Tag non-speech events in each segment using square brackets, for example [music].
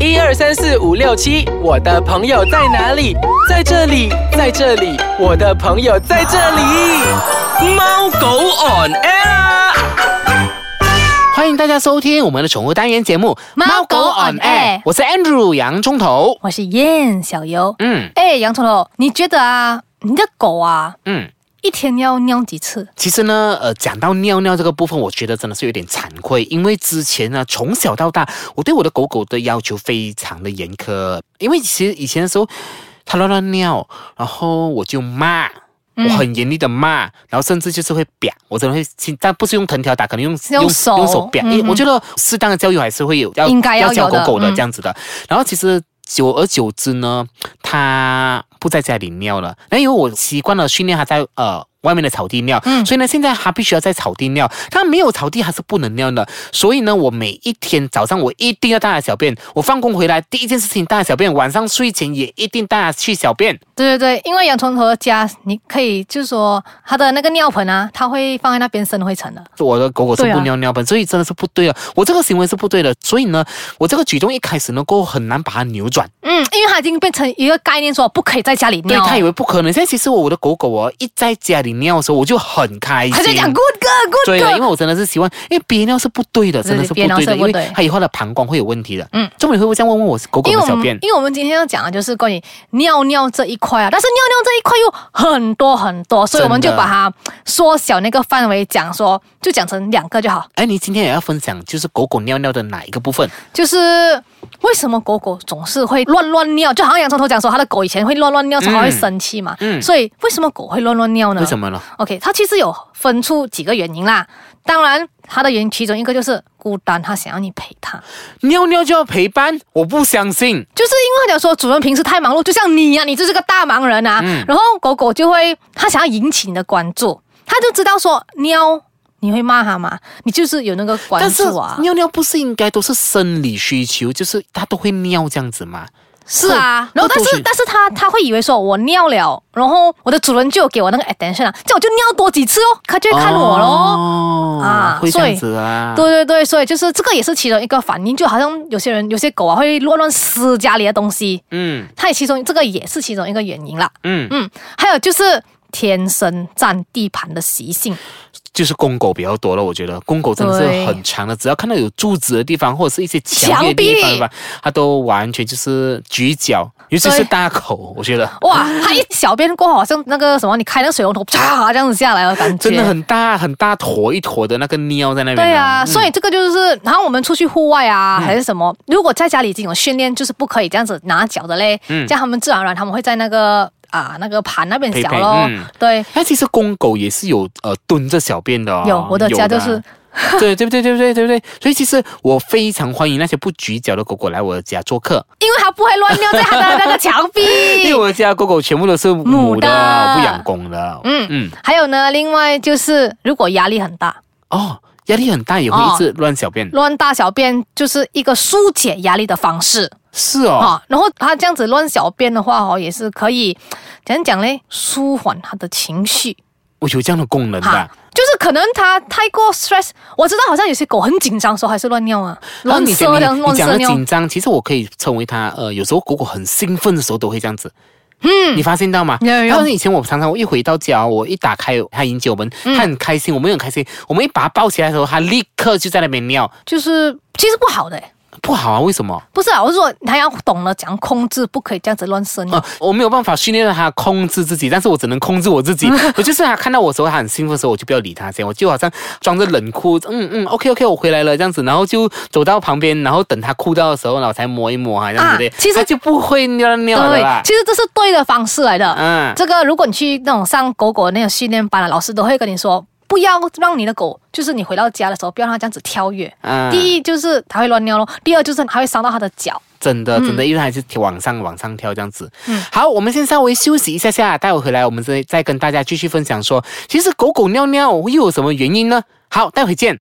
一二三四五六七，我的朋友在哪里？在这里，在这里，我的朋友在这里。猫狗 on air 啊。欢迎大家收听我们的宠物单元节目《猫狗 on air 我是 Andrew 洋葱头。我是燕小游。嗯哎，洋葱头，你觉得啊，你的狗啊，嗯，一天要尿几次？其实呢，呃，讲到尿尿这个部分，我觉得真的是有点惭愧，因为之前呢，从小到大，我对我的狗狗的要求非常的严苛，因为其实以前的时候，它乱乱尿，然后我就骂。我嗯很严厉的骂，然后甚至就是会扁，我真的会亲，但不是用藤条打，可能用是用手用手扁。因为嗯哼我觉得适当的教育还是会有，要应该要教有的狗狗的嗯这样子的。然后其实久而久之呢，它不在家里尿了。那因为我习惯了训练它在呃外面的草地尿，嗯所以呢，现在它必须要在草地尿。它没有草地它是不能尿的。所以呢，我每一天早上我一定要大小便，我放工回来第一件事情大小便，晚上睡前也一定大去小便。 [laughs] 对对对，因为洋葱头的家，你可以就是说它的那个尿盆啊，它会放在那边生灰尘的。我的狗狗是对不啊尿尿盆，所以真的是不对了。我这个行为是不对的，所以呢，我这个举动一开始呢，过后很难把它扭转。嗯，因为它已经变成一个概念，说不可以在家里对，尿。他以为不可能。现在其实我的狗狗哦，一在家里尿的时候，我就很开心。它就讲 good girl，good 对 girl。了，因为我真的是希望，因为憋尿是不对的，真的是不对憋尿是的，因不为对它以后的膀胱会有问题的。嗯，这么你会不会这样问问我狗狗因的为我小们便？因为我们今天要讲的就是关于尿尿这一块啊，但是尿尿这一块又很多很多，所以我们就真的把它缩小那个范围讲说，就讲成两个就好。哎，你今天也要分享就是狗狗尿尿的哪一个部分？就是为什么狗狗总是会乱乱尿？就好像洋葱头讲说，他的狗以前会乱乱尿，所以它会生气嘛。嗯所以为什么狗会乱乱尿呢？为什么呢？ ？OK，它其实有分出几个原因啦。当然，它的原因其中一个就是孤单，它想要你陪它。尿尿就要陪伴？我不相信。就是因为他讲说主人平时太忙碌，就像你呀、啊，你就是个大忙人啊。嗯然后狗狗就会，它想要引起你的关注，它就知道说喵，你会骂它吗？你就是有那个关但是注啊。尿尿不是应该都是生理需求，就是它都会尿这样子吗？是啊，会然后但会多是许但是它它会以为说我尿了，然后我的主人就有给我那个 attention 啊，这样我就尿多几次哦，它就会看我咯。哦啊会这所样以子啊。对对对，所以就是这个也是其中一个反应，就好像有些人有些狗啊会乱乱撕家里的东西，嗯它也其中这个也是其中一个原因啦。嗯，嗯，还有就是天生占地盘的习性，就是公狗比较多了，我觉得公狗真的是对很强的，只要看到有柱子的地方或者是一些墙壁的地墙方壁吧，它都完全就是举脚，尤其是对大口，我觉得。哇，它一小便过后，好像那个什么，你开那个水龙头，啪这样子下来的感觉，真的。很大很大坨一坨的那个尿在那边呢。嗯对啊，所以以这个就是，然后我们出去户外啊，还是什么，如果在家里已经有训练，就是不可以这样子拿脚的嘞，嗯这样他们自然而然他们会在那个啊那个盘那边陪小陪咯，嗯对，那其实公狗也是有呃蹲着小便的、哦，有我的家有啊 [laughs] 就是，对对不对对不对对不对？所以其实我非常欢迎那些不举脚的狗狗来我的家做客，因为它不会乱尿在它的那个墙壁， [laughs] 因为我的家狗狗全部都是母嗯母的，的我不养公的。嗯嗯，还有呢，另外就是如果压力很大，哦，压力很大也会哦一直乱小便，乱大小便就是一个疏解压力的方式是哦，啊、然后他这样子乱小便的话哦，也是可以怎样讲嘞，舒缓他的情绪我有这样的功能的。就是可能他太过 stress，我知道好像有些狗很紧张的时候还是乱尿啊，然后乱哦你射讲这样你你乱讲射的尿。紧张，其实我可以称为它呃，有时候狗狗很兴奋的时候都会这样子。嗯，你发现到吗？有有然后以前我常常我一回到家，我一打开它迎接我们，嗯它很开心，我们也很开心。我们一把它抱起来的时候，它立刻就在那边尿，就是其实不好的欸、不好啊？为什么？不是啊，我是说他要懂得怎样控制，不可以这样子乱射尿。呃，我没有办法训练它控制自己，但是我只能控制我 [laughs] 自己。我就是它看到我的时候，它很兴奋的时候，我就不要理它先，我就好像装着冷哭，嗯 [laughs] 嗯，OK OK，我回来了这样子，然后就走到旁边，然后等它哭到的时候，然后啊我才摸一摸啊这样子的，啊其实它就不会尿尿了啦。其实这是对的方式来的。嗯这个如果你去那种上狗狗的那种训练班啊，老师都会跟你说，不要让你的狗，就是你回到家的时候，不要让它这样子跳跃。嗯第一就是它会乱尿咯，第二就是它会伤到它的脚。真的，嗯真的，因为还是往上往上跳这样子。好，我们先稍微休息一下下，待会回来我们再再跟大家继续分享说，其实狗狗尿尿又有什么原因呢？好，待会见。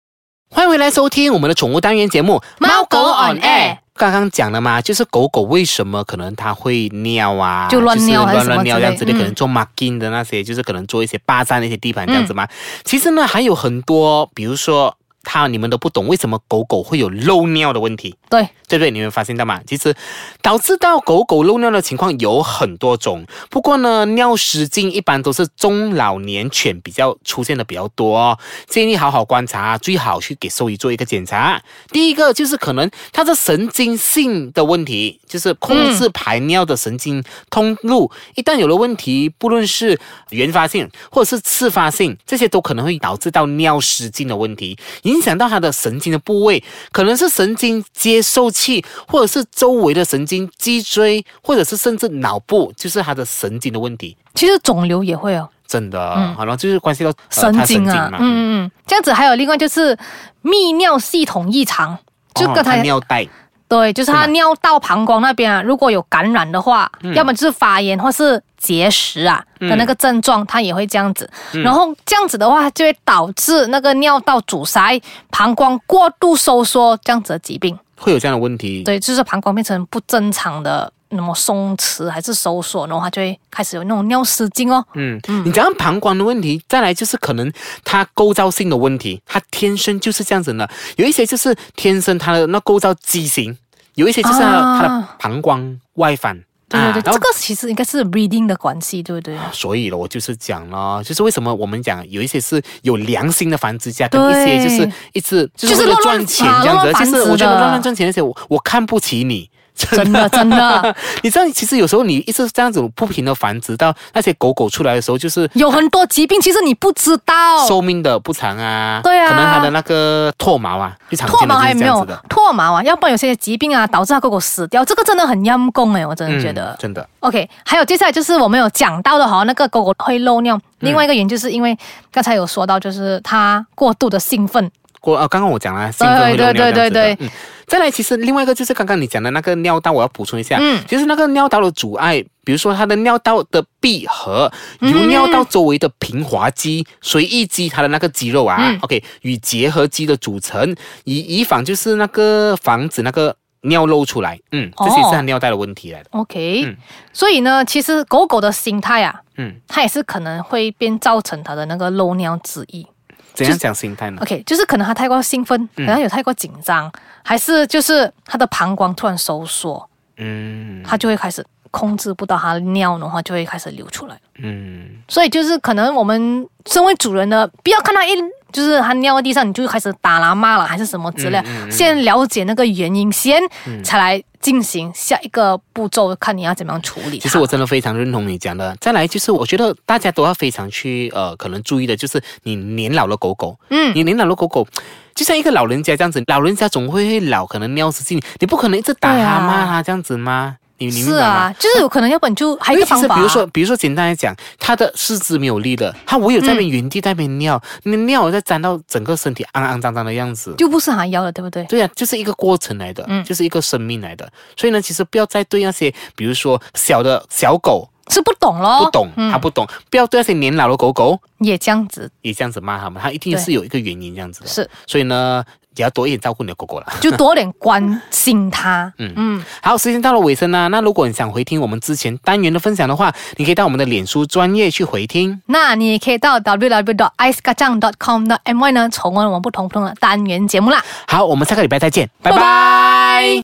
欢迎回来收听我们的宠物单元节目《猫狗 on air 刚刚讲了嘛，就是狗狗为什么可能它会尿啊，就乱尿就是还是乱什乱么尿之类这样子的，嗯可能做 marking 嗯的那些，就是可能做一些霸占那些地盘这样子嘛。其实呢，还有很多，比如说他你们都不懂为什么狗狗会有漏尿的问题，对，对不对？你们发现到吗？其实导致到狗狗漏尿的情况有很多种，不过呢，尿失禁一般都是中老年犬比较出现的比较多、哦，建议好好观察，最好去给兽医做一个检查。第一个就是可能它的神经性的问题，就是控制排尿的神经通路，一旦有了问题，不论是原发性或者是次发性，这些都可能会导致到尿失禁的问题，影响到它的神经的部位，可能是神经接受器，或者是周围的神经、脊椎，或者是甚至脑部，就是它的神经的问题。其实肿瘤也会哦，真的，好了，就是关系到、呃、神它经啊嘛，，嗯，嗯嗯嗯，这样子还有另外就是泌尿系统异常，就哦跟他、它尿袋。对，就是他是吗尿道膀胱那边啊，如果有感染的话，要么就是发炎或是结石啊嗯的那个症状，它也会这样子。然后这样子的话，就会导致那个尿道阻塞、膀胱过度收缩这样子的疾病。会有这样的问题，对，就是膀胱变成不正常的那么松弛还是收缩，然后它就会开始有那种尿失禁哦。嗯，你讲到膀胱的问题，再来就是可能它构造性的问题，它天生就是这样子的。有一些就是天生它的那构造畸形，有一些就是它的,、啊它的膀胱外翻。对对对，啊然这后个其实应该是 breeding 的关系，对不对？所以了，我就是讲了，就是为什么我们讲有一些是有良心的繁殖家，跟一对些就是一直就是为了乱乱赚钱啊这样乱子。繁其殖实我觉得的乱乱赚钱那些，我我看不起你。真的真的你知道，其实有时候你一直这样子不停的繁殖，到那些狗狗出来的时候，就是有很多疾病，其实你不知道。寿命的不长啊，哦对啊可能它的那个脱毛啊，最常脱见的毛就还是这没样子有的，脱毛啊，要不然有些疾病啊导致它狗狗死掉，这个真的很阴公哎，我真的觉得嗯。真的 OK，还有接下来就是我们有讲到的哈，那个狗狗会漏尿，另外一个原因就是因为刚才有说到，就是它过度的兴奋，过啊，刚刚我讲了，兴奋会漏尿对这样对对子的对嗯再来，其实另外一个就是刚刚你讲的那个尿道，我要补充一下，嗯其实那个尿道的阻碍，比如说它的尿道的闭合，嗯由尿道周围的平滑肌、随意肌，它的那个肌肉啊、嗯 o k 与结合肌的组成，以以防就是那个防止那个尿漏出来，嗯，这些是它哦尿袋的问题来的， OK，、嗯所以呢，其实狗狗的心态啊，嗯，它也是可能会变造成它的那个漏尿之一。怎样讲心态呢？ OK，就是可能它太过兴奋，嗯可能有太过紧张，还是就是它的膀胱突然收缩，嗯它就会开始控制不到它尿的话，就会开始流出来。嗯。所以就是可能我们身为主人的，不要看到一就是它尿在地上，你就开始打啦骂啦还是什么之类，嗯先了解那个原因，先才来进行下一个步骤，看你要怎么样处理它。其实我真的非常认同你讲的。再来就是，我觉得大家都要非常去呃，可能注意的就是你年老了狗狗，嗯你年老了狗狗。就像一个老人家这样子，老人家总会会老，可能尿失禁，你不可能一直打对他啊骂他这样子吗？你你明是白吗？啊，就是有可能，要不然就还有因为一个其方实法，比如说，比如说简单来讲，他的四肢没有力了，他唯有在那边原地在那边尿，那尿再沾到整个身体肮肮脏脏的样子。就不是含腰了，对不对？对呀、啊就是一个过程来的，嗯就是一个生命来的。所以呢，其实不要再对那些，比如说小的小狗，是不懂咯，不懂，他不懂，不要对那些年老的狗狗也这样子，也这样子骂他们，他一定对是有一个原因这样子的。是，所以呢，也要多一点照顾你的狗狗了。就多点关心它。嗯嗯，好，时间到了尾声啦、那如果你想回听我们之前单元的分享的话，你可以到我们的脸书专业去回听。那你也可以到 www. i c e k a c a n g .com 的 my 呢，重温我们不同不同的单元节目啦。好，我们下个礼拜再见，拜拜拜